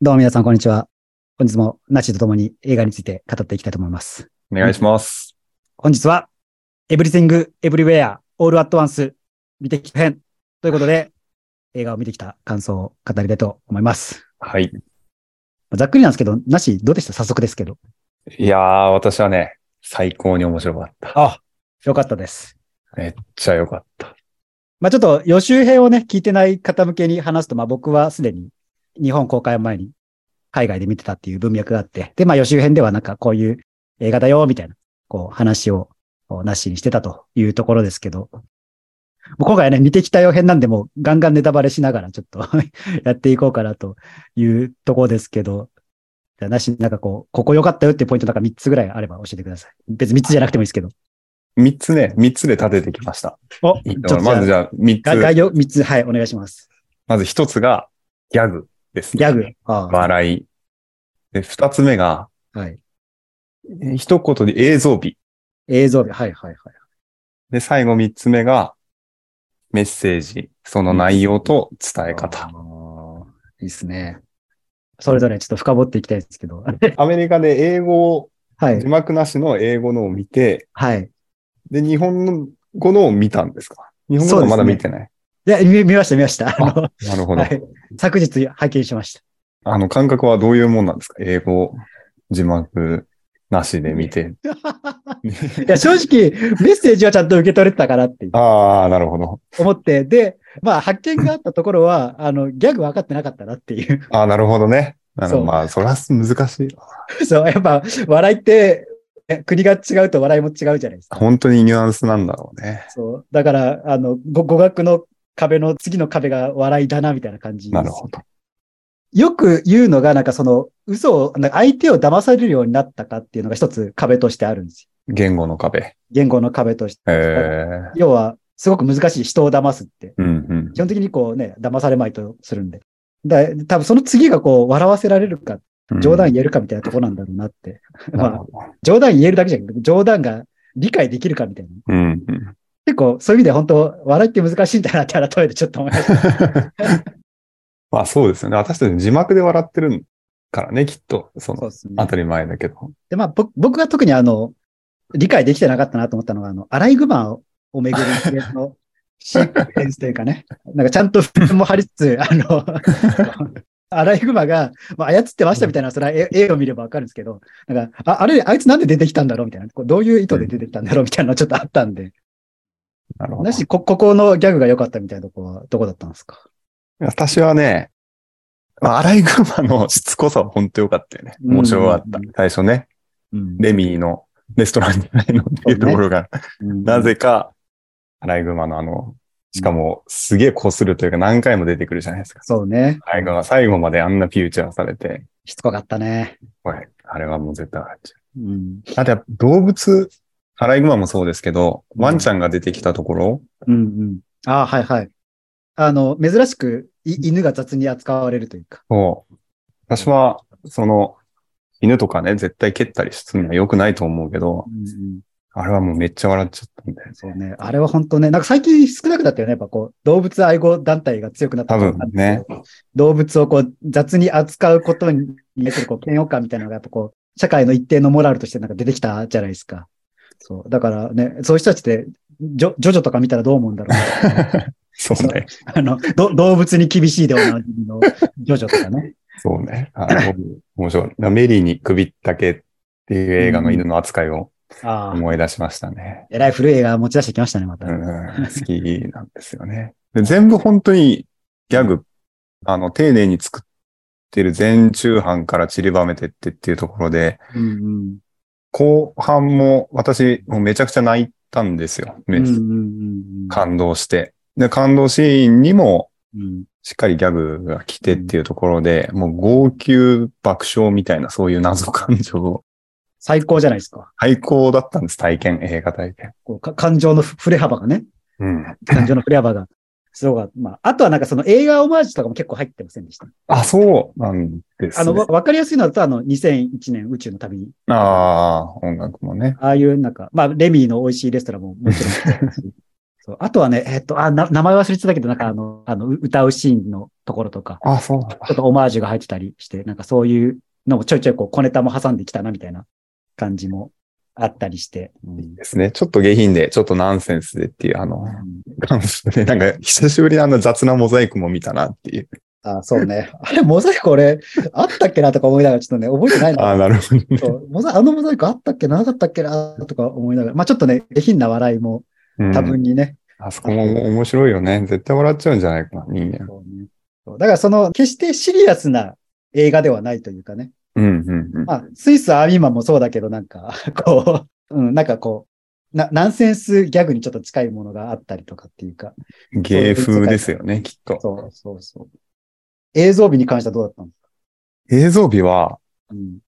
どうも皆さん、こんにちは。本日もナッチと共に映画について語っていきたいと思います。お願いします。本日は、エブリティング、エブリウェア、オールアットワンス、見てきた編ということで、映画を見てきた感想を語りたいと思います。はい。まあざっくりなんですけど、ナッシどうでした早速ですけど。いやー、私はね、最高に面白かった。あ、よかったです。めっちゃ良かった。まあちょっと予習編をね、聞いてない方向けに話すと、まあ僕はすでに日本公開を前に海外で見てたっていう文脈があって、で、まあ予習編ではなんかこういう映画だよ、みたいな、こう話をこうなしにしてたというところですけど、もう今回はね、見てきたよ編なんで、もうガンガンネタバレしながらちょっと やっていこうかなというところですけど、じゃあなし、なんかこう、ここ良かったよっていうポイントなんか3つぐらいあれば教えてください。別に3つじゃなくてもいいですけど。三つね、三つで立ててきました。お、ちいいょっとと思いますまずじじゃゃあ三あ、概つ。要3つ、はい、お願いします。まず一つがギャグです、ギャグ。。ああ笑い。で、二つ目が、はい。え一言で映像美。映像美。はいはいはい。で、最後三つ目がメッセージ。その内容と伝えあ方。ー。いいっすね。それぞれちょっと深掘っていきたいんですけど。 アメリカで英語を、は字い。幕なしの英語のを見て、はい。で、日本語のを見たんですか日本語のまだ見てない。いや、見見ました、見ました。あのなるほど。はい昨日拝見しま した。あの、感覚はどういうもんなんですか英語、字幕なしで見て。いや、正直、メッセージはちゃんと受け取れてたかなってああ、なるほど。思って、で、まあ、発見があったところは、あの、ギャグ分かってなかったなっていう。 ああ、なるほどね。あそうのまあ、そら難しい。そう、やっぱ、笑いって、え国が違うと笑いも違うじゃないですか。本当にニュアンスなんだろうね。そう。だから、あの、ご語学の壁の次の壁が笑いだな、みたいな感じですなるほど。よく言うのが、なんかその、嘘を、なんか相手を騙されるようになったかっていうのが一つ壁としてあるんですよ。言語の壁。言語の壁として。ええ要は、すごく難しい人を騙すって。うんうん基。本的にこうね、騙されまいとするんで。だ多分その次がこう、笑わせられるか、うん冗談言えるかみたいなとこなんだろうなって。 まなるあ、ほど。冗談言えるだけじゃなくて、冗談が理解できるかみたいな。うんうん。 結構、そういう意味で本当、笑いって難しいんだなって改めてちょっと思いました。まあ、そうですよね。私たち字幕で笑ってるからね、きっと。その、うですね当たり前だけど。で、まあ、ぼ僕が特にあの、理解できてなかったなと思ったのが、あの、アライグマをめぐる一連のシークエンスというかね、なんかちゃんと分も張りつつ、あの、 アライグマが、まあ、操ってましたみたいな、それは絵絵を見ればわかるんですけど、なんか、ああれ、あいつなんで出てきたんだろうみたいな、こうどういう意図で出てきたんだろうみたいなのちょっとあったんで、なるほどな。し、こ、ここのギャグが良かったみたいなとこは、どこだったんですか私はね、まあアライグマのしつこさは本当良かったよね。面白かったうん。最初ね、うんレミーのレストランじゃないのっていうところが、なぜか、アライグマのあの、しかもすげえ擦るというか何回も出てくるじゃないですか。そうね。アライグマが最後まであんなフューチャーされて、しつこかったね。これ、あれはもう絶対笑っちゃうん。うあとやっぱ動物、アライグマもそうですけど、ワンちゃんが出てきたところ、うんうん。ああ、はいはい。あの、珍しくい犬が雑に扱われるというか。そう。私は、その、犬とかね、絶対蹴ったりするのは良くないと思うけど、あれはもうめっちゃ笑っちゃったんだよね。そうね。あれは本当ね、なんか最近少なくなったよね。やっぱこう、動物愛護団体が強くなった多分ね。動物をこう、雑に扱うことに対するこう、嫌悪感みたいなのが、やっぱこう、社会の一定のモラルとしてなんか出てきたじゃないですか。そう。だからね、そういう人たちって、ジョジョジョとか見たらどう思うんだろう。 そうね。あの、ど動物に厳しいでおなじみのジョジョとかね。そうね。あ面白い。メリーに首ったけっていう映画の犬の扱いをああ、思い出しましたね。えらい古い映画持ち出してきましたね、また。うん、好きなんですよね。で全部本当にギャグ、あの、丁寧に作ってる前中半から散りばめてってっていうところで、うんうん後半も私もうめちゃくちゃ泣いたんですよ。うんうんうんうん感動して。で、感動シーンにもうんしっかりギャグが来てっていうところで、もう号泣爆笑みたいなそういう謎感情、最高じゃないですか。最高だったんです、体験、映画体験。こうか感情のふ振れ幅が ね。うん。感情の振れ幅が。すごかった。まあ、あとはなんかその映画オマージュとかも結構入ってませんでした。あ、そうなんです、あの、ねわ。わかりやすいのだとあの、2001年宇宙の旅。ああ、音楽もね。 ああいうなんか、まあ、レミーの美味しいレストランももちろんそうだし。そうあとはね、えっと、あ、な名前忘れてたけど、なんかあの、あの、う歌うシーンのところとか、あ、そうなんだ。ちょっとオマージュが入ってたりして、なんかそういうのもちょいちょいこう小ネタも挟んできたなみたいな感じもあったりして。うんですね。ちょっと下品で、ちょっとナンセンスでっていう、あの、 元祖で、なんか、久しぶりにあの雑なモザイクも見たなっていう。あ、そうね。 あれ、モザイク俺、あったっけなとか思いながら、ちょっとね、覚えてないあな。あ、なるほどね。そうモザあのモザイクあったっけなかったっけなとか思いながら、まあちょっとね、下品な笑いもうん多分にね。あそこも面白いよね。絶対笑っちゃうんじゃないかな、人間。そうねそうだからその、決してシリアスな映画ではないというかね。うん、うん、うん。まあ、スイスアーミーマンもそうだけど、なんか、 こう、うん、なんかこう、な、ナンセンスギャグにちょっと近いものがあったりとかっていうか、芸風ですよね、きっと。そうそうそう。映像美に関してはどうだったの映像美は、うん。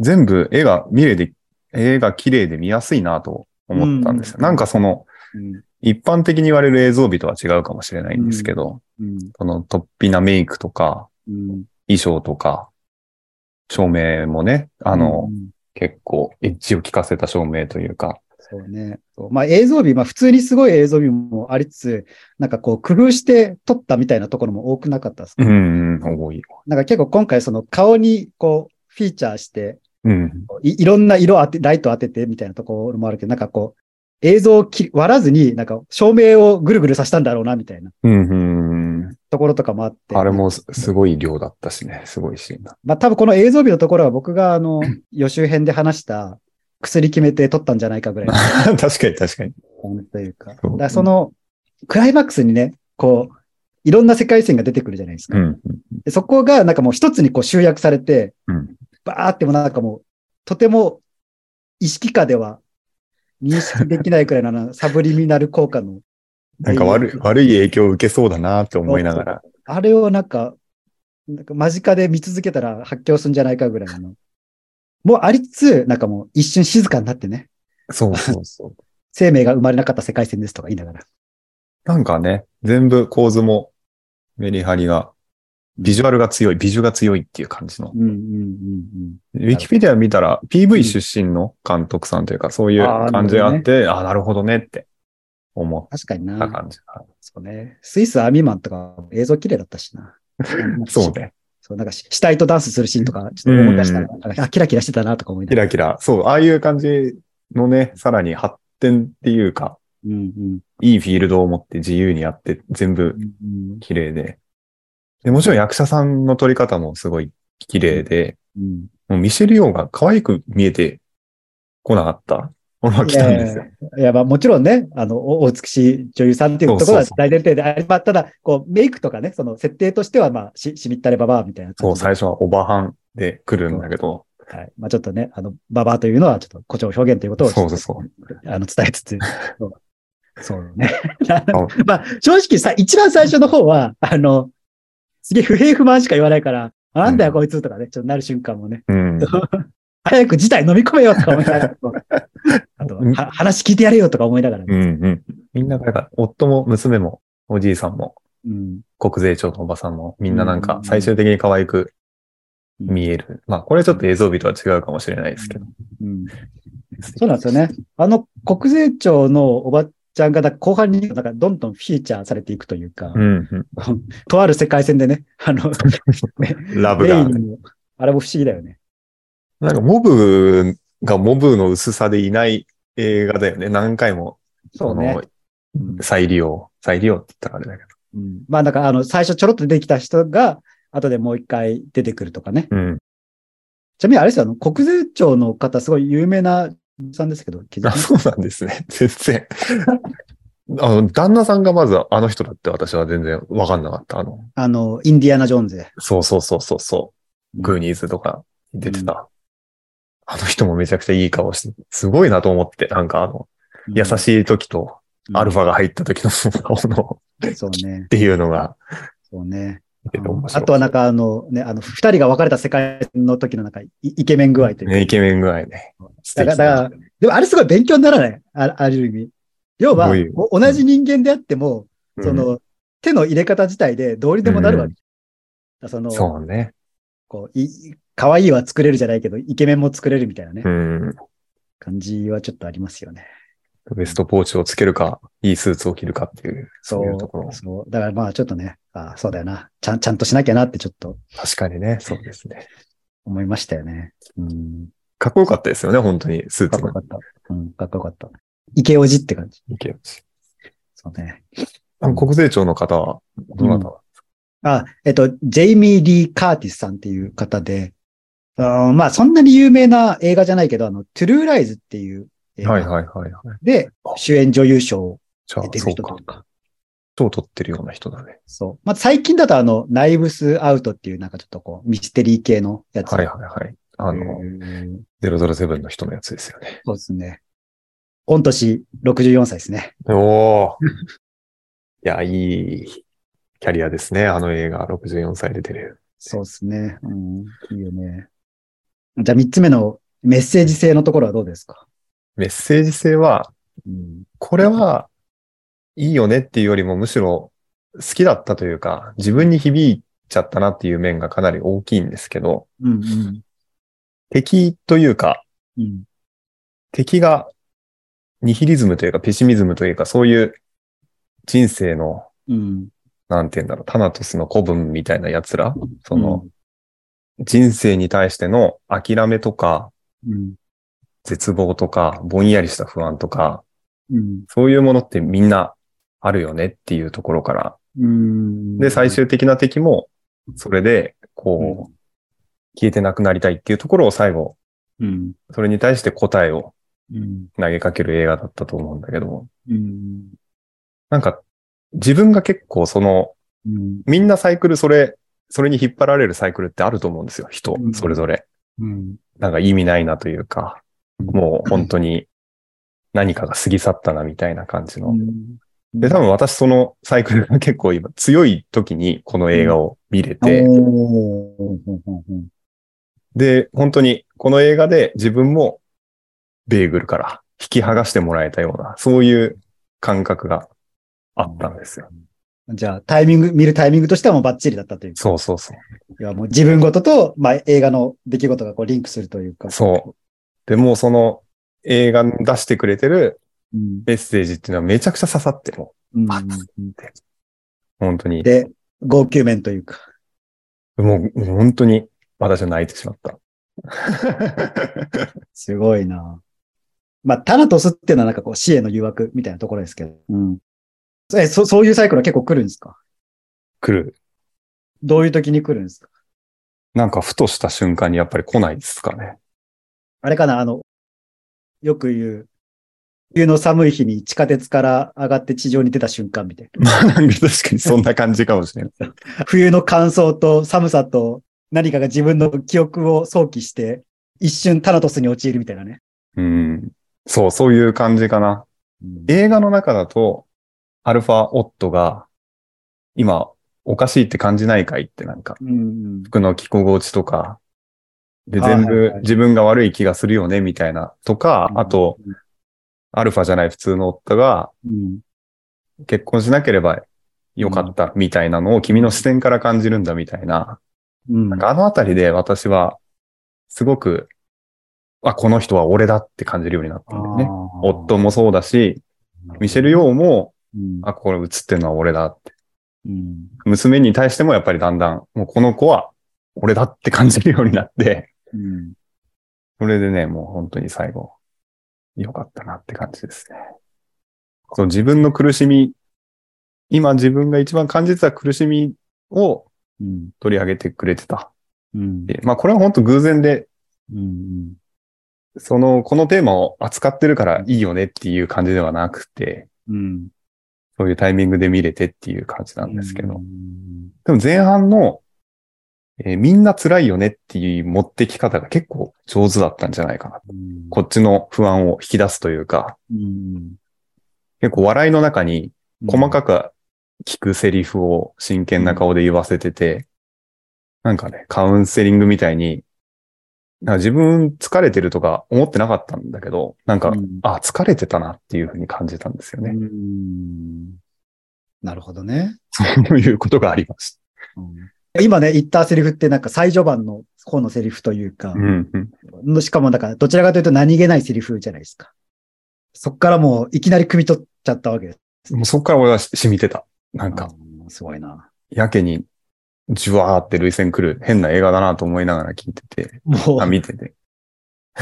全部絵が見れで、絵が綺麗で見やすいなと思ったんですよ。うんなんかその、うん。一般的に言われる映像美とは違うかもしれないんですけど、うん。その突飛なメイクとか、うん。衣装とか、照明もね、あの、うん結構エッジを効かせた照明というか、そうね。そうまあ映像美、まあ普通にすごい映像美もありつつ、なんかこう工夫して撮ったみたいなところも多くなかったですか、うん、うん、多い。なんか結構今回その顔にこうフィーチャーして、うん、いいろんな色当て、ライト当ててみたいなところもあるけど、なんかこう、映像を切り割らずに、なんか照明をぐるぐるさせたんだろうな、みたいなうん、うん。ところとかもあって。あれもすすごい量だったしね、すごいシーンだ。 まあ多分この映像美のところは僕があの、予習編で話した薬決めて撮ったんじゃないかぐらいの確かに確かに。感じというか。だそうからその、クライマックスにね、こう、いろんな世界線が出てくるじゃないですか。うん、でそこがなんかもう一つにこう集約されて、うんバーってもなんかもう、とても意識下では認識できないくらいのあ のサブリミナル効果の、なんか悪い、悪い影響を受けそうだなって思いながら。あれをなんか、なんか間近で見続けたら発狂するんじゃないかぐらいの。もうありつつ、なんかもう一瞬静かになってね、そうそうそう。生命が生まれなかった世界線ですとか言いながら。なんかね、全部構図もメリハリが、ビジュアルが強い、ビジュが強いっていう感じの。うんうんウィキペディア見たら PV 出身の監督さんというか、そういう感じがあって、あ、なるほどねって思確かにったな。感じが。。そうね。スイスアーミーマンとか映像綺麗だったしな そうね。そう、なんかし、死体とダンスするシーンとか、ちょっと思い出したら、あ、キラキラしてたなとか思いキ出ラキラ。そう、ああいう感じのね、さらに発展っていうか、うんうんいいフィールドを持って自由にやって、全部うん綺麗でで。もちろん役者さんの撮り方もすごい綺麗で、うん。もう見せるようが可愛く見えてこなかったものが来たんですよ。いや、まあもちろんね、あの、おお美しい女優さんっていうところは大前提であり、まあただ、こう、メイクとかね、その設定としては、まあ、し、しみったれババアみたいなそ感う、じで。最初はオバハンで来るんだけど、はい。まあちょっとね、あの、ババアというのは、ちょっと誇張表現ということを、。そうそうそうあの、伝えつつ。そうそうね。あ まあ、正直さ、一番最初の方は、あの、すげえ不平不満しか言わないから、あなんだよ、こいつとかね、ちょっとなる瞬間もね。うん。早く事態飲み込めよとか思いながら、あとはは話聞いてやれよとか思いながら、うんうん。みんながなんか、夫も娘もおじいさんもうん国税庁のおばさんもみんななんか最終的に可愛く見える。まあこれちょっと映像美とは違うかもしれないですけど。うんそうなんですよね。あの国税庁のおばちゃんがなんか後半になんかどんどんフィーチャーされていくというか、うんう とある世界線でね、あの、ん。ラブメイが。ンのあれも不思議だよね。なんかモブがモブの薄さでいない映画だよね。何回も。そうねこ。うんの再利用。再利用って言ったらあれだけど。うんまあなんかあの最初ちょろっと出てきた人が、後でもう一回出てくるとかね。うん。ちなみにあれですよ、あの国税庁の方、すごい有名な女優さんですけど、気づきま あ、したそうなんですね。全然。あの、旦那さんがまずあの人だって私は全然わかんなかった。あの、あの、インディアナ・ジョーンズで。そうそうそうそうそう。グーニーズとか出てた。あの人もめちゃくちゃいい顔して、すごいなと思って、なんかあの、優い。しい時と、アルフファが入った時のその 顔の、ァ。そうねっ。ていうのが、そうね。見てて面白いあとはなんかあの、ね、あの、二人が別れた世界の時のなんかイ、イケメン具合というか。ね、イケメン具合ね。素だ敵から、だからでもあれすごい勉強にならない。あある意味。要はどういう、お同じ人間であっても、うんその、手の入れ方自体でどうにでもなるわけ。だからその、そうね。こう、い、可愛いは作れるじゃないけど、イケメンも作れるみたいなね、うん。感じはちょっとありますよね。ウエストポーチをつけるか、いいスーツを着るかっていう、そういうところ。そう。だからまあちょっとね、あそうだよな。ちゃん、ちゃんとしなきゃなってちょっと確かにね、そうですね。思いましたよね。うんかっこよかったですよね、本当に、スーかツっこよかのった。うん、かっこよかった。池おじって感じ。意見をしそうね。あの国税庁の方は、どなたは、あ、えっと、ジェイミー・リー・カーティスさんっていう方で、あーまあそんなに有名な映画じゃないけど、あの、トゥルー・ライズっていう映はい画はいはいはい。であ主演女優賞をじゃあ得て、るそう人とか。か。賞取ってるような人だね。そう。まあ最近だとあの、ナイブス・アウトっていうなんかちょっとこう、ミステリー系のやつ。はいはいはい。あの、うん007の人のやつですよね。そうですね。御年64歳ですね。お お。いや、いいキャリアですね。あの映画、64歳で出れる。そうですね。うん、いいよね。じゃあ三つ目のメッセージ性のところはどうですか、メッセージ性は、うん、これは、いいよねっていうよりも、むしろ好きだったというか、自分に響いちゃったなっていう面がかなり大きいんですけど、うん、うん。敵というか、うん、敵がニヒリズムというか、ペシミズムというか、そういう人生の、うん。なんて言うんだろう、タナトスの古文みたいな奴ら、その、人生に対しての諦めとか、うん、絶望とか、ぼんやりした不安とか、うん、そういうものってみんなあるよねっていうところから、うん。で、最終的な敵も、それで、こう、消えてなくなりたいっていうところを最後、うん、それに対して答えをうん、投げかける映画だったと思うんだけど、うん、なんか、自分が結構その、うん、みんなサイクル、それ、それに引っ張られるサイクルってあると思うんですよ、人う、んそれぞれ。うん、なんか意味ないなというか、もう本当に何かが過ぎ去ったなみたいな感じの。で、多分私そのサイクルが結構今強い時にこの映画を見れて、おーほんほんほんで、本当にこの映画で自分もベーグルから引き剥がしてもらえたような、そういう感覚があったんですよ。じゃあ、タイミング、見るタイミングとしてはもうバッチリだったというか。そうそうそう。いや、もう自分ごとと、まあ、映画の出来事がこうリンクするというか。そう。でもうその映画に出してくれてるうん。メッセージっていうのはめちゃくちゃ刺さってもうんあう、本当に、で、号泣面というか。もうもう本当に私は泣いてしまった。 すごいなまあ、タナトスっていうのはなんかこう死への誘惑みたいなところですけど。うん。え、そ、そういうサイクルは結構来るんですか来る。どういう時に来るんですかなんかふとした瞬間にやっぱり来ないですかね。あれかなあの、よく言う、冬の寒い日に地下鉄から上がって地上に出た瞬間みたいまあなんか確かにそんな感じかもしれない。な。冬の乾燥と寒さと何かが自分の記憶を想起して、一瞬タナトスに陥るみたいなね。 うん。そう、そういう感じかな。映画の中だと、アルファオットが、今、おかしいって感じないかいってなんか、うん。服の着心地とか、で、あー全はい部はい自分が悪い気がするよね、みたいな、とか、あと、、アルファじゃない普通の夫がうん。結婚しなければよかったみたいなのを君の視点から感じるんだみたいな。うん。なんかあのあたりで私はすごく、あ、この人は俺だって感じるようになったんだよね。夫もそうだし、ミシェル・ヨーも、うん。あ、これ映ってるのは俺だって。うん。娘に対してもやっぱりだんだん、もうこの子は俺だって感じるようになって、うん。それでね、もう本当に最後、良かったなって感じですね。そう、自分の苦しみ、今自分が一番感じてた苦しみをうん。取り上げてくれてた。うん。でまあこれは本当偶然で、うん。その、このテーマを扱ってるからいいよねっていう感じではなくて、うん。そういうタイミングで見れてっていう感じなんですけうど。んでも前半の、えーみんな辛いよねっていう持ってき方が結構上手だったんじゃないかな。うんこっちの不安を引き出すというか、うん結構笑いの中に細かく。く聞くセリフを真剣な顔で言わせてて、なんかね、カウンセリングみたいに、なんか自分疲れてるとか思ってなかったんだけど、なんか、うんあ、疲れてたなっていうふうに感じたんですようね。んなるほどね。そういうことがありました。今ね、言ったセリフってなんか最序盤の方のセリフというかう、ん、うん。しかもだからどちらかというと何気ないセリフじゃないですか。そっからもういきなり汲み取っちゃったわけです。もうそこから俺は染みてた。なんか、あーすごいな。やけに、じゅわーって涙腺来る変な映画だなと思いながら聞いてて、もあ、う、見てて。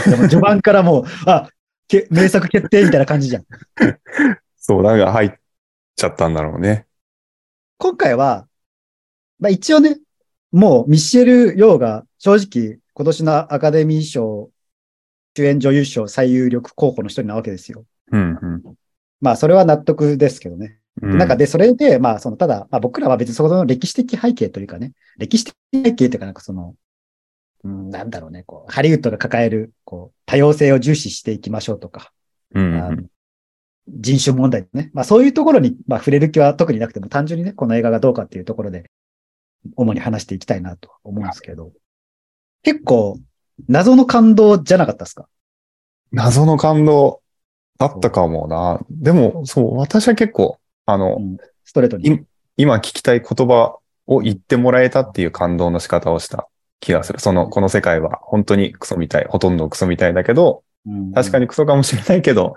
でも序盤からもう、 あ、け名作決定みたいな感じじゃん。そう、なんか入っちゃったんだろうね。今回は、まあ一応ね、もうミッシェル・ヨーが正直今年のアカデミー賞主演女優賞最有力候補の一人なわけですよ。うん、まあそれは納得ですけどね。うなんか、で、それで、まあその、ただ、まあ僕らは別にそこの歴史的背景というかね、歴史的背景というかなんかその、うん、なんだろうね、こう、ハリウッドが抱える、こう、多様性を重視していきましょうとか、うんうあのん、人種問題ね。まあそういうところに、まあ触れる気は特になくても、単純にね、この映画がどうかっていうところで、主に話していきたいなと思うんですけど、結構、謎の感動じゃなかったですか謎の感動あったかもな。でも、そう、私は結構、あの、うんストレートに。い今聞きたい言葉を言ってもらえたっていう感動の仕方をした気がする。その、この世界は本当にクソみたい、ほとんどクソみたいだけど、うん確かにクソかもしれないけど、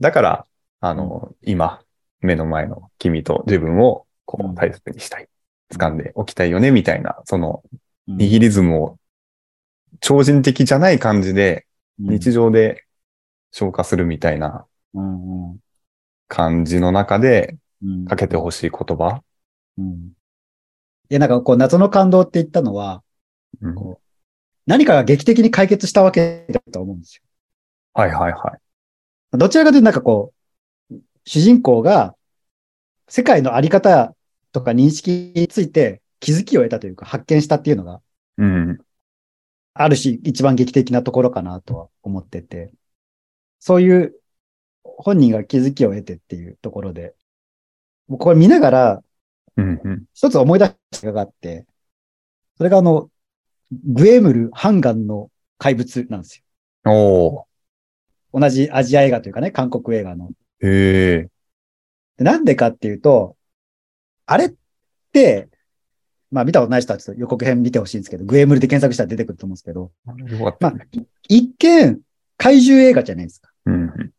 だから、あの、今、目の前の君と自分をこうんう大切にしたい。掴んでおきたいよね、みたいな、その、うん、ニヒリズムを超人的じゃない感じで、日常で消化するみたいなうんうん感じの中でうんかけてほしい言葉。うんいや、なんかこう、謎の感動って言ったのは、うんこ何かが劇的に解決したわけだと思うんですはいはいはよ。どちらかというと、なんかこう、主人公が世界のあり方とか認識について気づきを得たというか、発見したっていうのが、い。うん。ある種一番劇的なところかなとは思ってて、そういう本人が気づきを得てっていうところで、もうこれ見ながら、うんうん。一つ思い出した映画があって、それがあの、グエムル・ハンガンの怪物なんですおよ。同じアジア映画というかね、韓国映画の。ー。へえ。でなんでかっていうと、あれって、まあ見たことない人はちょっと予告編見てほしいんですけど、グエムルで検索したら出てくると思うんですけど、よかったね。一見、怪獣映画じゃないですか。うんうん。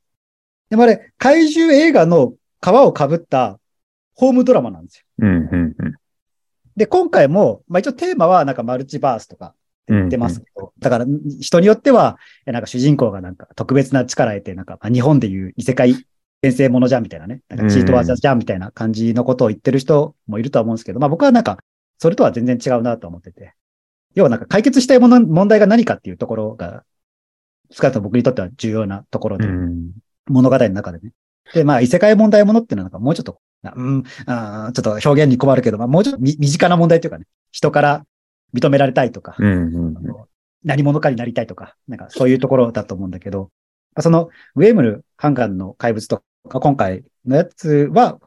でもあれ、怪獣映画の皮をかぶったホームドラマなんですよ。うんうんうん。で、今回も、まあ一応テーマはなんかマルチバースとかって言ってますけど、だからん人によっては、えなんか主人公がなんか特別な力を得て、なんかまあ日本でいう異世界転生ものじゃんみたいなね、なんかチート技じゃんみたいな感じのことを言ってる人もいるとは思うんですけど、まあ僕はなんかそれとは全然違うなと思ってて、要はなんか解決したいもの問題が何かっていうところが、少なくとも僕にとっては重要なところうで、ん物語の中でね。で、まあ、異世界問題ものっていうのは、なんかもうちょっと、うん、あーちょっと表現に困るけど、まあ、もうちょっとみ身近な問題というかね、人から認められたいとか、うんうんあの何者かになりたいとか、なんかそういうところだと思うんだけど、まあその、ウェームル・ハンガンの怪物とか、今回のやつは、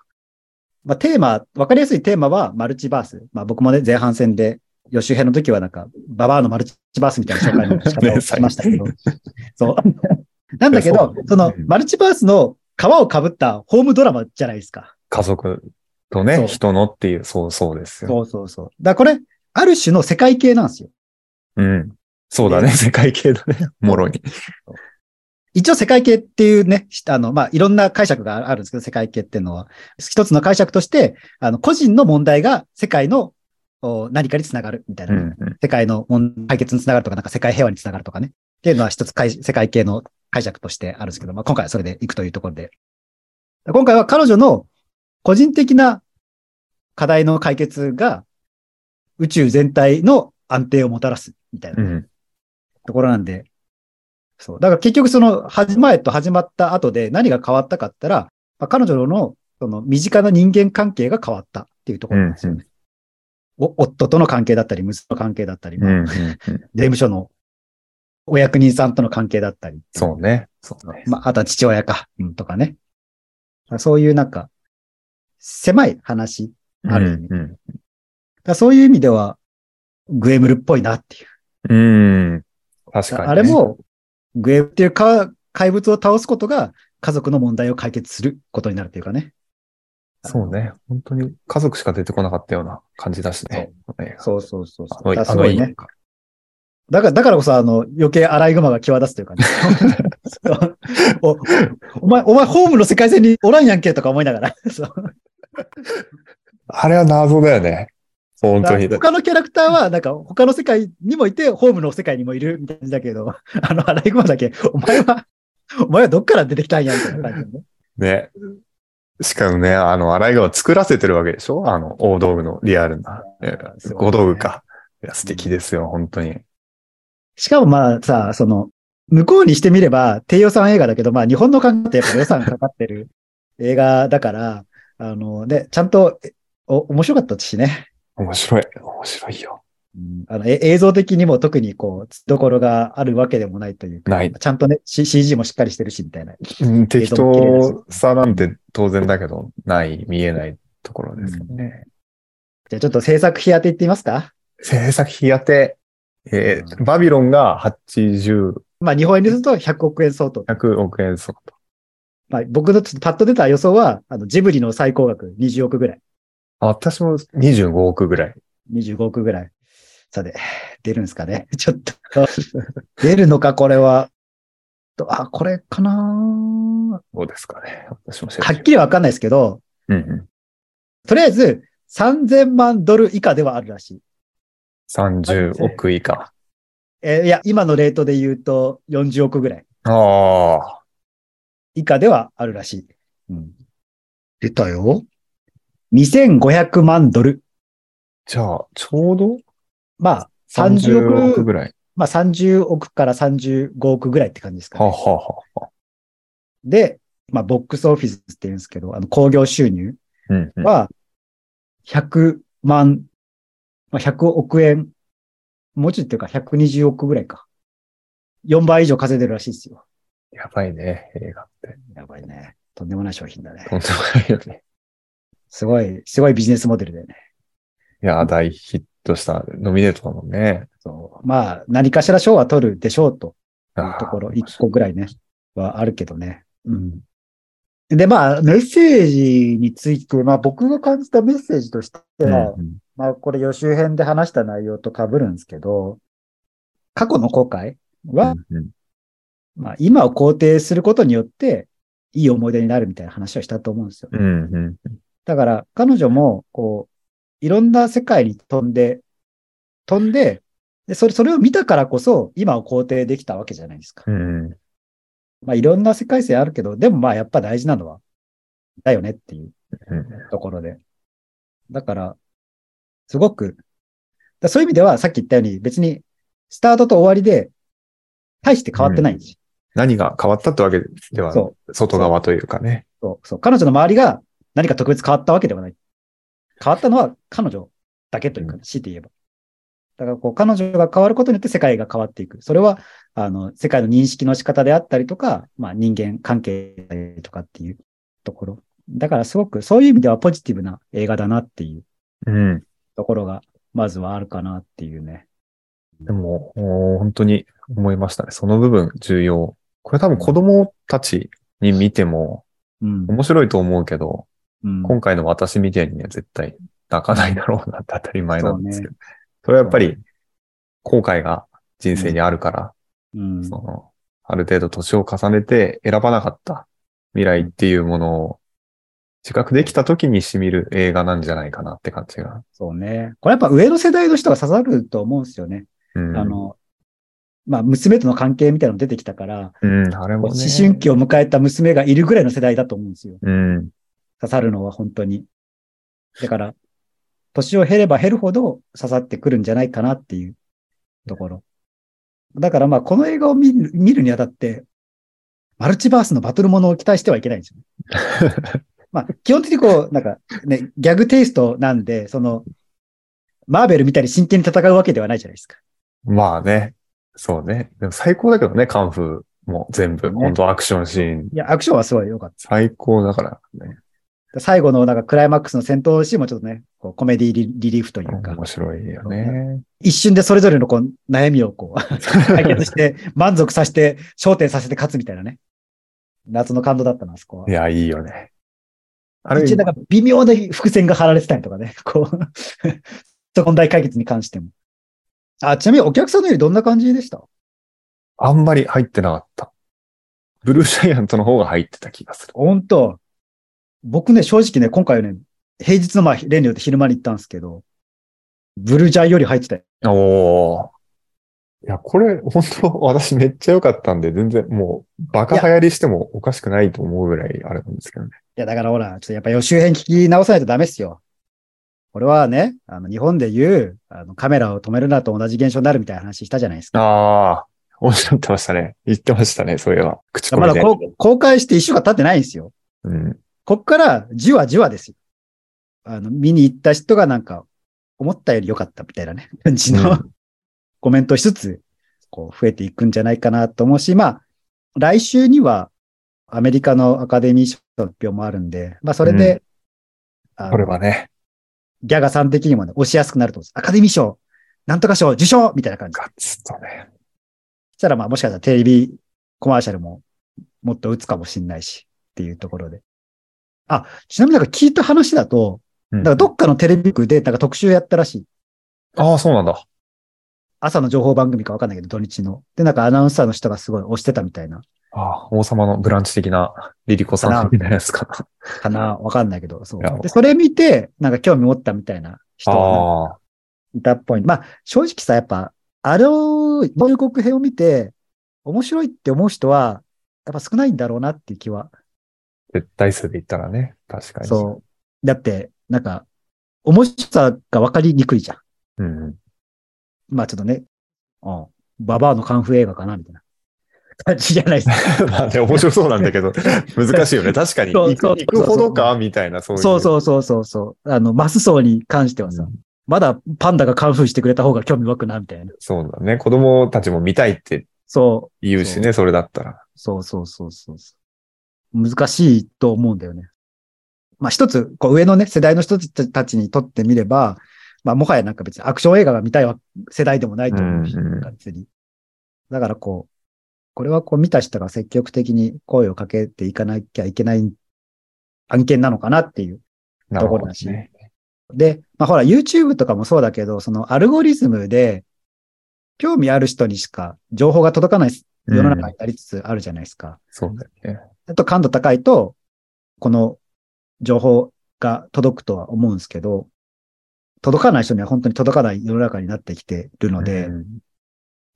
まあ、テーマ、わかりやすいテーマはマルチバース。まあ、僕もね、前半戦で、予習編の時はなんか、ババアのマルチバースみたいな紹介の仕 方をしましたけど、そう。 なんだけど、そうその、マルチバースの皮をかぶったホームドラマじゃないですか。家族とそうね、人のっていう、そうそうですよ。うそうそう。だからこれ、ある種の世界系なんですよ。うん。そうだね、世界系だ ね、もろに。一応世界系っていうね、しあの、まあ、いろんな解釈があるんですけど、世界系っていうのは。一つの解釈として、あの、個人の問題が世界のお何かにつながるみたいうなね、んうん世界の問解決につながるとか、なんか世界平和につながるとかね。っていうのは一つ解世界系の解釈としてあるんですけど、まあ、今回はそれでいくというところで。今回は彼女の個人的な課題の解決が宇宙全体の安定をもたらすみたいなう。ん。ところなんで、そう。だから結局その、始ま前と始まった後で何が変わったかって言ったら、まあ、彼女の、その、身近な人間関係が変わったっていうところなんですよね。お夫との関係だったり、息子の関係だったり、うんうんうん。税務署のお役人さんとの関係だったり、そうね。そうね。まあ、あとは父親か、うん、とかね。そういうなんか、狭い話。ある意味うんだからそういう意味では、グエムルっぽいなっていう。うん。うん。確かにね。あれも、グエブっていうか怪物を倒すことが家族の問題を解決することになるというかね。そうね。本当に家族しか出てこなかったような感じだしね。ねそうそうそうそう。あの、だあからすごのいいい ね。だから、だからこそ、あの、余計アライグマが際立つというかね。そうおお前、お前、ホームの世界線におらんやんけとか思いながら。 そうあれは謎だよね。本当に。他のキャラクターは、なんか、他の世界にもいて、ホームの世界にもいるみたいな感じだけど、あの、アライグマだけ、お前は、お前はどっから出てきたんやみたいな感じのね。ね。しかもね、あの、洗い川作らせてるわけでしょあの、大道具のリアルな。えすごいね小道具か。いや、素敵ですよ、本当に。しかもまあさ、その、向こうにしてみれば、低予算映画だけど、まあ日本の感覚ってやっぱ予算かかって る映画だから、あの、ね、ちゃんと、えお、面白かったしね。面白い。面白いよ。うんあの、え映像的にも特にこう、つどころがあるわけでもないというか、ない。ちゃんとね、C、g もしっかりしてるし、みたいな。うん適当さなんて当然だけど、ない、見えないところですよね。じゃあちょっと制作費当ていってみますか制作費当て、えーうバビロンが80、まあ日本円にすると100億円相当。 100億円相当。まあ僕のちょっとパッと出た予想は、あの、ジブリの最高額20億ぐらい。あ私も25億ぐらい。 25億ぐらい。さて、出るんですかね。ちょ っと。出るのか、これは。とあ、これかなどうですかね。私も知らはなっいきりわかんないですけど、うんうん。とりあえず3000万ドル以下ではあるらしい。 30億以下。えーいや、今のレートで言うと40億ぐらいああ。以下ではあるらしい。うん、出たよ。2500万ドル。じゃあ、ちょうどまあ、 30 30億億、ぐらい。まあ30億から35億ぐらいって感じですかはあね。はあはあはあ。で、まあ、ボックスオフィスって言うんですけど、あの、工業収入。うんうん、は、100万、まあ100億円、もうちょいっていうか120億ぐらいか。4倍以上稼いでるらしいですよ。やばいね、映画って。やばいね。とんでもない商品だね。とんでもないよね。すごい、すごいビジネスモデルだよね。いや、大ヒットした、ノミネートだもんね。そう。まあ、何かしら賞は取るでしょうというあところ、ー1個ぐらいね、はあるけどね。うん。で、まあ、メッセージについて、まあ、僕が感じたメッセージとしてうんは、うんまあ、これ予習編で話した内容と被るんですけど、過去の後悔は、うんうんまあ、今を肯定することによって、いい思い出になるみたいな話をしたと思うんですよ。うんうんだから、彼女も、こう、いろんな世界に飛んで、飛んで、で、それ、それを見たからこそ、今を肯定できたわけじゃないですか。うんうんまあ、いろんな世界線あるけど、でもまあ、やっぱ大事なのは、だよねっていうところで。だから、すごく、だそういう意味ではさっき言ったように別にスタートと終わりで大して変わってないんですよ、何が変わったってわけでは、そう外側というかね。そう。そう。彼女の周りが何か特別変わったわけではない。変わったのは彼女だけというか、う強いて言えば。だからこう、彼女が変わることによって世界が変わっていく。それは、あの、世界の認識の仕方であったりとか、まあ人間関係とかっていうところ。だからすごくそういう意味ではポジティブな映画だなっていううん。ところが、まずはあるかなっていうね。でも、おー本当に思いましたね。その部分重要。これ多分子供たちに見てもうん。面白いと思うけど、うん今回の私みたいには絶対泣かないだろうなって当たり前なんですけど。そ,、れはやっぱり後悔が人生にあるから、うんその、ある程度年を重ねて選ばなかった未来っていうものを自覚できた時に染みる映画なんじゃないかなって感じが。そうね。これやっぱ上の世代の人が刺さると思うんですよね。うん、あ、の、まあ、娘との関係みたいなの出てきたから、うん、あれも思ね。春期を迎えた娘がいるぐらいの世代だと思うんですよ。うん。刺さるのは本当に。だから、年を減れば減るほど刺さってくるんじゃないかなっていうところ。だからまあ、この映画を見る見るにあたって、マルチバースのバトルものを期待してはいけないんですよ。まあ、基本的にこう、なんかね、ギャグテイストなんで、その、マーベルみたいに真剣に戦うわけではないじゃないですか。まあね。そうね。でも最高だけどね、カンフーも全部。ね本当アクションシーンいや、アクションはすごい良かっ最高だからね。た。最後のなんかクライマックスの戦闘シーンもちょっとね、こうコメディリリリーフというか、面白いよね。一瞬でそれぞれのこう悩みをこう、解決して、満足させて、焦点させて勝つみたいなね。夏の感動だったな、あそこは。いや、いいよね。あれ、一応なんか微妙な伏線が張られてたりとかね。こう、 そう問題解決に関しても。あ、ちなみにお客さんのよりどんな感じでしたあんまり入ってなかった。ブルージャイアントの方が入ってた気がする。本当僕ね、正直ね、今回はね、平日のまあ、例によって昼間に行ったんですけど、ブルージャイより入ってたよ。おー。いや、これ、本当私めっちゃ良かったんで、全然もう、バカ流行りしてもおかしくないと思うぐらいあれなんですけどね。いや、だからほら、ちょっとやっぱ予習編聞き直さないとダメっすよ。これはね、あの、日本で言う、あの、カメラを止めるなと同じ現象になるみたいな話したじゃないですか。ああ、 おっしゃってましたね。言ってましたね、それは。口コまだミで。こ公開して一週間経ってないんですよ。うん。こっからじわじわですよ。あの、見に行った人がなんか、思ったより良かったみたいなね、感じの、うコメントしつつ、こう、増えていくんじゃないかなと思うし、まあ、来週には、アメリカのアカデミー賞の発表もあるんで、まあ、それで、あのこれはね、ギャガさん的にもね、押しやすくなると思うんです。アカデミー賞、なんとか賞、受賞みたいな感じ。ガッツとね。そしたら、まあ、もしかしたらテレビコマーシャルも、もっと打つかもしれないし、っていうところで。あ、ちなみになんか聞いた話だと、うなんんかどっかのテレビ局で、なんか特集やったらしい。ああ、そうなんだ。朝の情報番組かわかんないけど、土日の。で、なんかアナウンサーの人がすごい押してたみたいな。ああ、王様のブランチ的なリリコさかなんみたいなやつかな。か なわかんないけど、そいやう。で、それ見て、なんか興味持ったみたいな人がああ、いたっぽい。まあ、正直さ、やっぱ、あれを、中国編を見て、面白いって思う人は、やっぱ少ないんだろうなっていう気は絶対数で言ったらね、確かに。そう。だって、なんか、面白さが分かりにくいじゃん。う。うん。まあちょっとね、うん、ババアのカンフー映画かな、みたいな感じじゃないですか。まあね、面白そうなんだけ ど、難しいよね。確かに。そう行くそう行くほどかみたいな、そういう。そうそうそうそうそう。あの、マス層に関してはさ、うんまだパンダがカンフーしてくれた方が興味湧くな、みたいな。そうだね。子供たちも見たいってそ言うしね、それだったら。う、そうそうそうそうそう。難しいと思うんだよね。まあ一つ、こう上のね、世代の人たちにとってみれば、まあもはやなんか別にアクション映画が見たいわ世代でもないと思うし、うんうんがっつり。だからこう、これはこう見た人が積極的に声をかけていかなきゃいけない案件なのかなっていう。なるほどね。で、まあほら YouTube とかもそうだけど、そのアルゴリズムで興味ある人にしか情報が届かない世の中うんになりつつあるじゃないですか。そうだよね。あと感度高いと、この情報が届くとは思うんですけど、届かない人には本当に届かない世の中になってきてるので、うん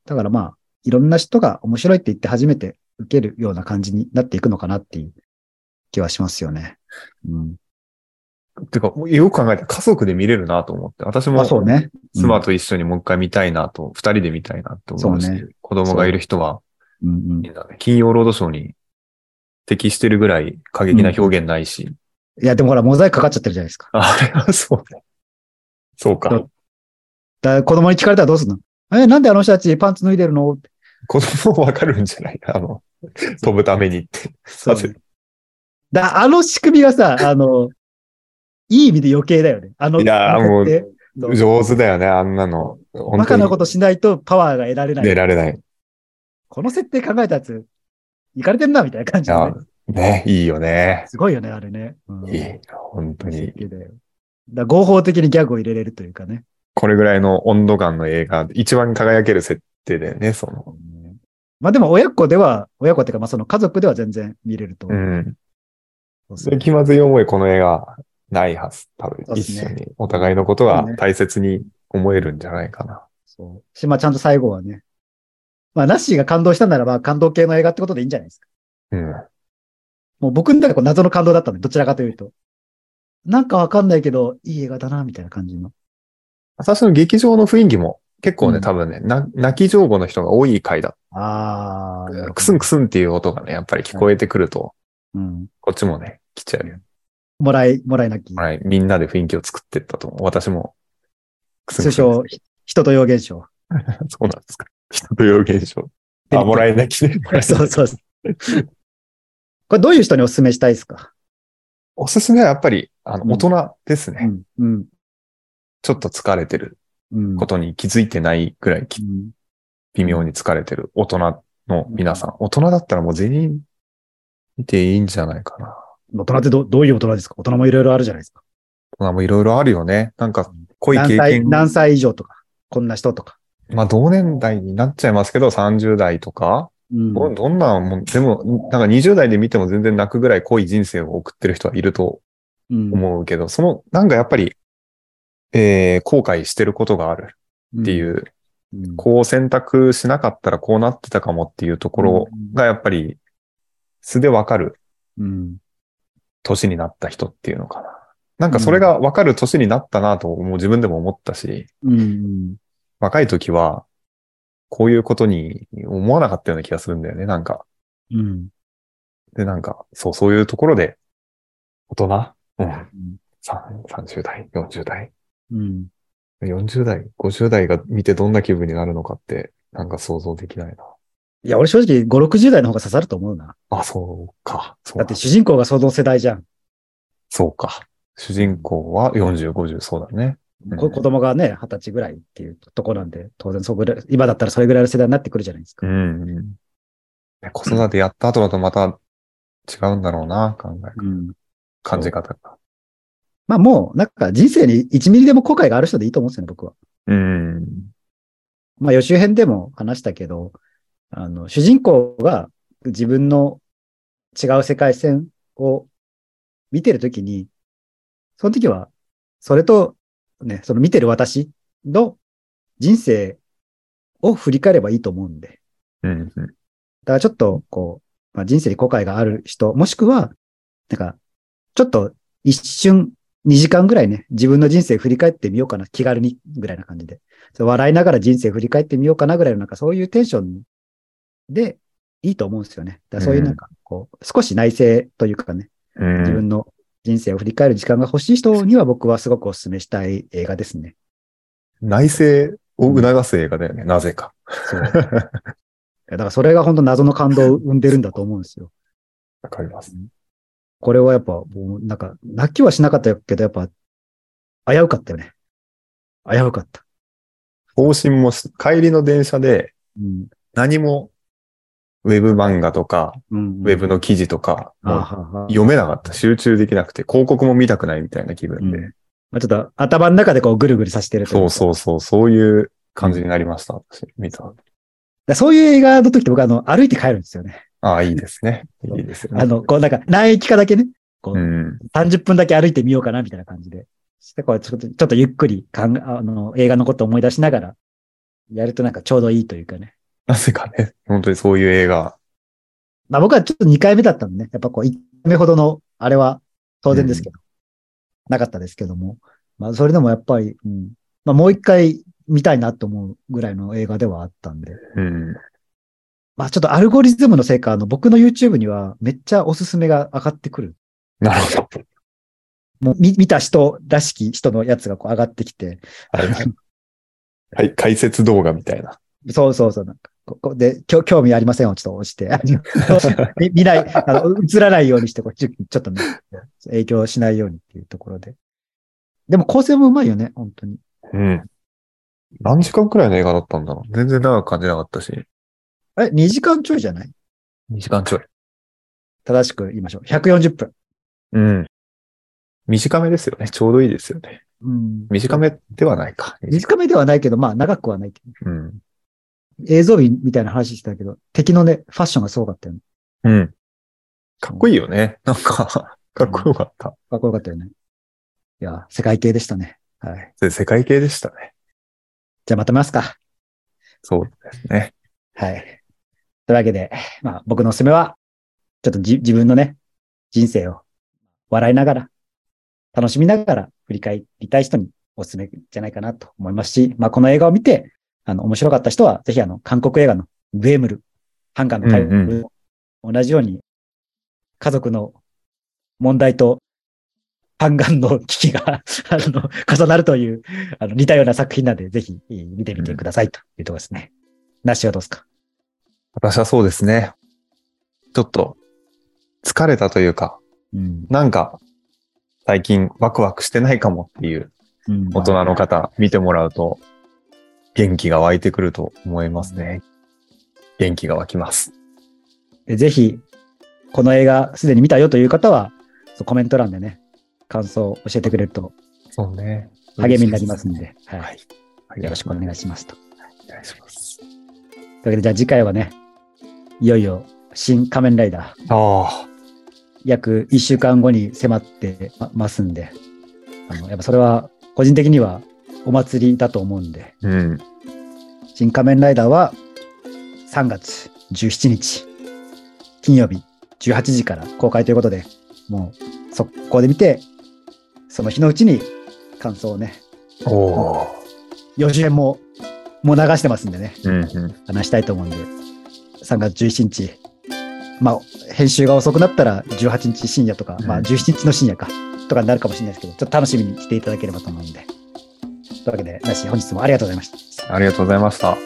だからまあ、いろんな人が面白いって言って初めて受けるような感じになっていくのかなっていう気はしますよね。うん。てか、よく考えたら家族で見れるなと思って。私も、あ、そうね。妻と一緒にもう一回見たいなと、二、人で見たいなと思うし、そうね子供がいる人は、うんうん。いいいんだね金曜ロードショーに適してるぐらい過激な表現ないし、や、でもほら、モザイクかかっちゃってるじゃないですか。あれ はそうね。そうそかう。だ子供に聞かれたらどうするのえ、なんであの人たちパンツ脱いでるの子供わかるんじゃないあの、飛ぶためにって。そうね、だ、あの仕組みがさ、あの、いい意味で余計だよね。あの、いやーあの設定そう上手だよね、あんなの。バ本カ当なにことしないとパワーが得られない。出られない。いこの設定考えたやつ、いかれてんな、みたいな感じ、やね。、ね、いいよね。すごいよね、あれね。うんいい。本当に。だよ。だ合法的にギャグを入れれるというかね。これぐらいの温度感の映画、一番輝ける設定だよね、その。まあでも親子では、親子っていうか、まあその家族では全然見れるとう思う。ん。そうそうで、気まずい思い、この映画、ないはず。多分そ、うっす一ね緒に。お互いのことがそうね大切に思えるんじゃないかな。そうし、まあちゃんと最後はね。まあナッシーが感動したならば感動系の映画ってことでいいんじゃないですか。うん。もう僕の中でこう謎の感動だったんで、どちらかというと。なんかわかんないけど、いい映画だな、みたいな感じの。最初の劇場の雰囲気も、結構ね、うん多分ね、な泣き上戸の人が多い回だ。ああ、クスンクスンっていう音がね、やっぱり聞こえてくると、うん。こっちもね、来ちゃうよ。もらい、もらい泣き。はい。みんなで雰囲気を作ってったと思う。私も、クスン通クスン。称、ひ人と用現象。 そうなんですか。人という 現象。あ、もらい泣きね。もらい泣きそうそうそう。これどういう人にお勧めしたいですかおすすめはやっぱり、あの、うん大人ですね。うん。うん。ちょっと疲れてるうん。ことに気づいてないぐらい、きうん微妙に疲れてる大人の皆さん。大人だったらもう全員見ていいんじゃないかな。大人ってどどういう大人ですか大人もいろいろあるじゃないですか。大人もいろいろあるよね。なんか、濃い何経歳験。何歳以上とか、こんな人とか。まあ、同年代になっちゃいますけど、30代とか、うんどどんなもん、でも、なんか20代で見ても全然泣くぐらい濃い人生を送ってる人はいるとうん思うけど、その、なんかやっぱり、えー後悔してることがあるっていうう、ん、こう選択しなかったらこうなってたかもっていうところがやっぱり、素でわかるうん。年になった人っていうのかな。なんかそれがわかる年になったなと、もう自分でも思ったし、うん。若い時は、こういうことに思わなかったような気がするんだよね、なんか。うん。で、なんか、そう、そういうところで、大人うん。んさ30代、40代。うん。 40代、50代が見てどんな気分になるのかって、なんか想像できないな。いや、俺正直5、60代の方が刺さると思うな。あ、そうか。そうだだって主人公がその世代じゃん。そうか。主人公は40、50、そうだね。うんこ子供がね、20歳ぐらいっていうとこなんで、当然そぐらい、今だったらそれぐらいの世代になってくるじゃないですうか。んうん。ね子育てやった後だとまた違うんだろうな、考え、うん。感じ方が。まあもう、なんか人生に1ミリでも後悔がある人でいいと思うんですよね、僕は。うん。まあ予習編でも話したけど、あの、主人公が自分の違う世界線を見てるときに、その時は、それと、ね、その見てる私の人生を振り返ればいいと思うんで。うん。だからちょっと、こう、まあ、人生に後悔がある人、もしくは、なんか、ちょっと一瞬、2時間ぐらいね、自分の人生振り返ってみようかな、気軽に、ぐらいな感じで。そう笑いながら人生振り返ってみようかな、ぐらいの、なんかそういうテンションで、いいと思うんですよね。だからそういうなんか、こう、少し内省というかね、うん。自分の人生を振り返る時間が欲しい人には僕はすごくお勧めしたい映画ですね。内政を促す映画だよね、なぜか。そう。だからそれが本当謎の感動を生んでるんだと思うんですよ。わかります。これはやっぱ、もうなんか、泣きはしなかったけど、やっぱ、危うかったよね。危うかった。方針もし、帰りの電車でうん。何も、ウェブ漫画とか、うん、ウェブの記事とか、あもうはは読めなかった。集中できなくて、広告も見たくないみたいな気分で。うんまあ、ちょっと頭の中でこうぐるぐるさせてるといそううそうそう、そういう感じになりました。私、見た。か。そういう映画の時って僕あの、歩いて帰るんですよね。ああ、いいですね。いいですよね。あの、こうなんか、何駅かだけね、こう、うん。 30分だけ歩いてみようかな、みたいな感じで。して、こう、ちょっと、ちょっとゆっくり考え、あの、映画のことを思い出しながら、やるとなんかちょうどいいというかね。なぜかね、本当にそういう映画。まあ僕はちょっと2回目だったんでね、やっぱこう1回目ほどの、あれは当然ですけど、なかったですけども、まあそれでもやっぱり、うん、まあもう一回見たいなと思うぐらいの映画ではあったんで、うん。まあちょっとアルゴリズムのせいか、あの僕の YouTube にはめっちゃおすすめが上がってくる。なるほど。もう見見た人らしき人のやつがこう上がってきて、 はい、解説動画みたいな。そうそうそう、なんか、ここで、きょ興味ありませんをちょっと押して、あの見見ない、あの、映らないようにしてこう、ちょちょっとね、影響しないようにっていうところで。でも構成もうまいよね、本当に。うん。何時間くらいの映画だったんだろう全然長く感じなかったし。え、2時間ちょいじゃない2時間ちょい。正しく言いましょう。140分。うん。短めですよね。ちょうどいいですよね。うん。短めではないか。短めではないけど、まあ長くはないけど。うん。映像美みたいな話してたけど、敵のね、ファッションがすごかったよね。うん。かっこいいよね。なんか、かっこよかった。かっこよかったよね。いや、世界系でしたね。はい。で世界系でしたね。じゃあまとめますか。そうですね。はい。というわけで、まあ僕のおすすめは、ちょっとじ自分のね、人生を笑いながら、楽しみながら振り返りたい人におすすめじゃないかなと思いますし、まあこの映画を見て、あの、面白かった人は、ぜひあの、韓国映画のグエムル、ハンガーの会うんう同じように、家族の問題と、ハンガンの危機が あの重なるというあの似たような作品なんで、ぜひえー見てみてくださいというところですね。なしはどうですか私はそうですね。ちょっと、疲れたというか、うん。なんか、最近ワクワクしてないかもっていう大人の方、見てもらうと、元気が湧いてくると思いますね。元気が湧きます。でぜひ、この映画すでに見たよという方は、そうコメント欄でね、感想を教えてくれるとそうね。励みになりますので、は、はいい。よろしくお願いしますと。お願いします。というわけで、じゃあ次回はね、いよいよ新仮面ライダー、あ約1週間後に迫ってまますんで、あの、やっぱそれは個人的にはお祭りだと思うんで、あ。うん。新仮面ライダーは3月17日、金曜日18時から公開ということで、もう速攻で見て、その日のうちに感想をね、おお。予習編も、もう流してますんでね、うんうん。話したいと思うんで、3月17日、まあ、編集が遅くなったら18日深夜とか、うんまあ17日の深夜か、とかになるかもしれないですけど、ちょっと楽しみにしていただければと思うんで。というわけで、なし、本日もありがとうございました。ありがとうございました。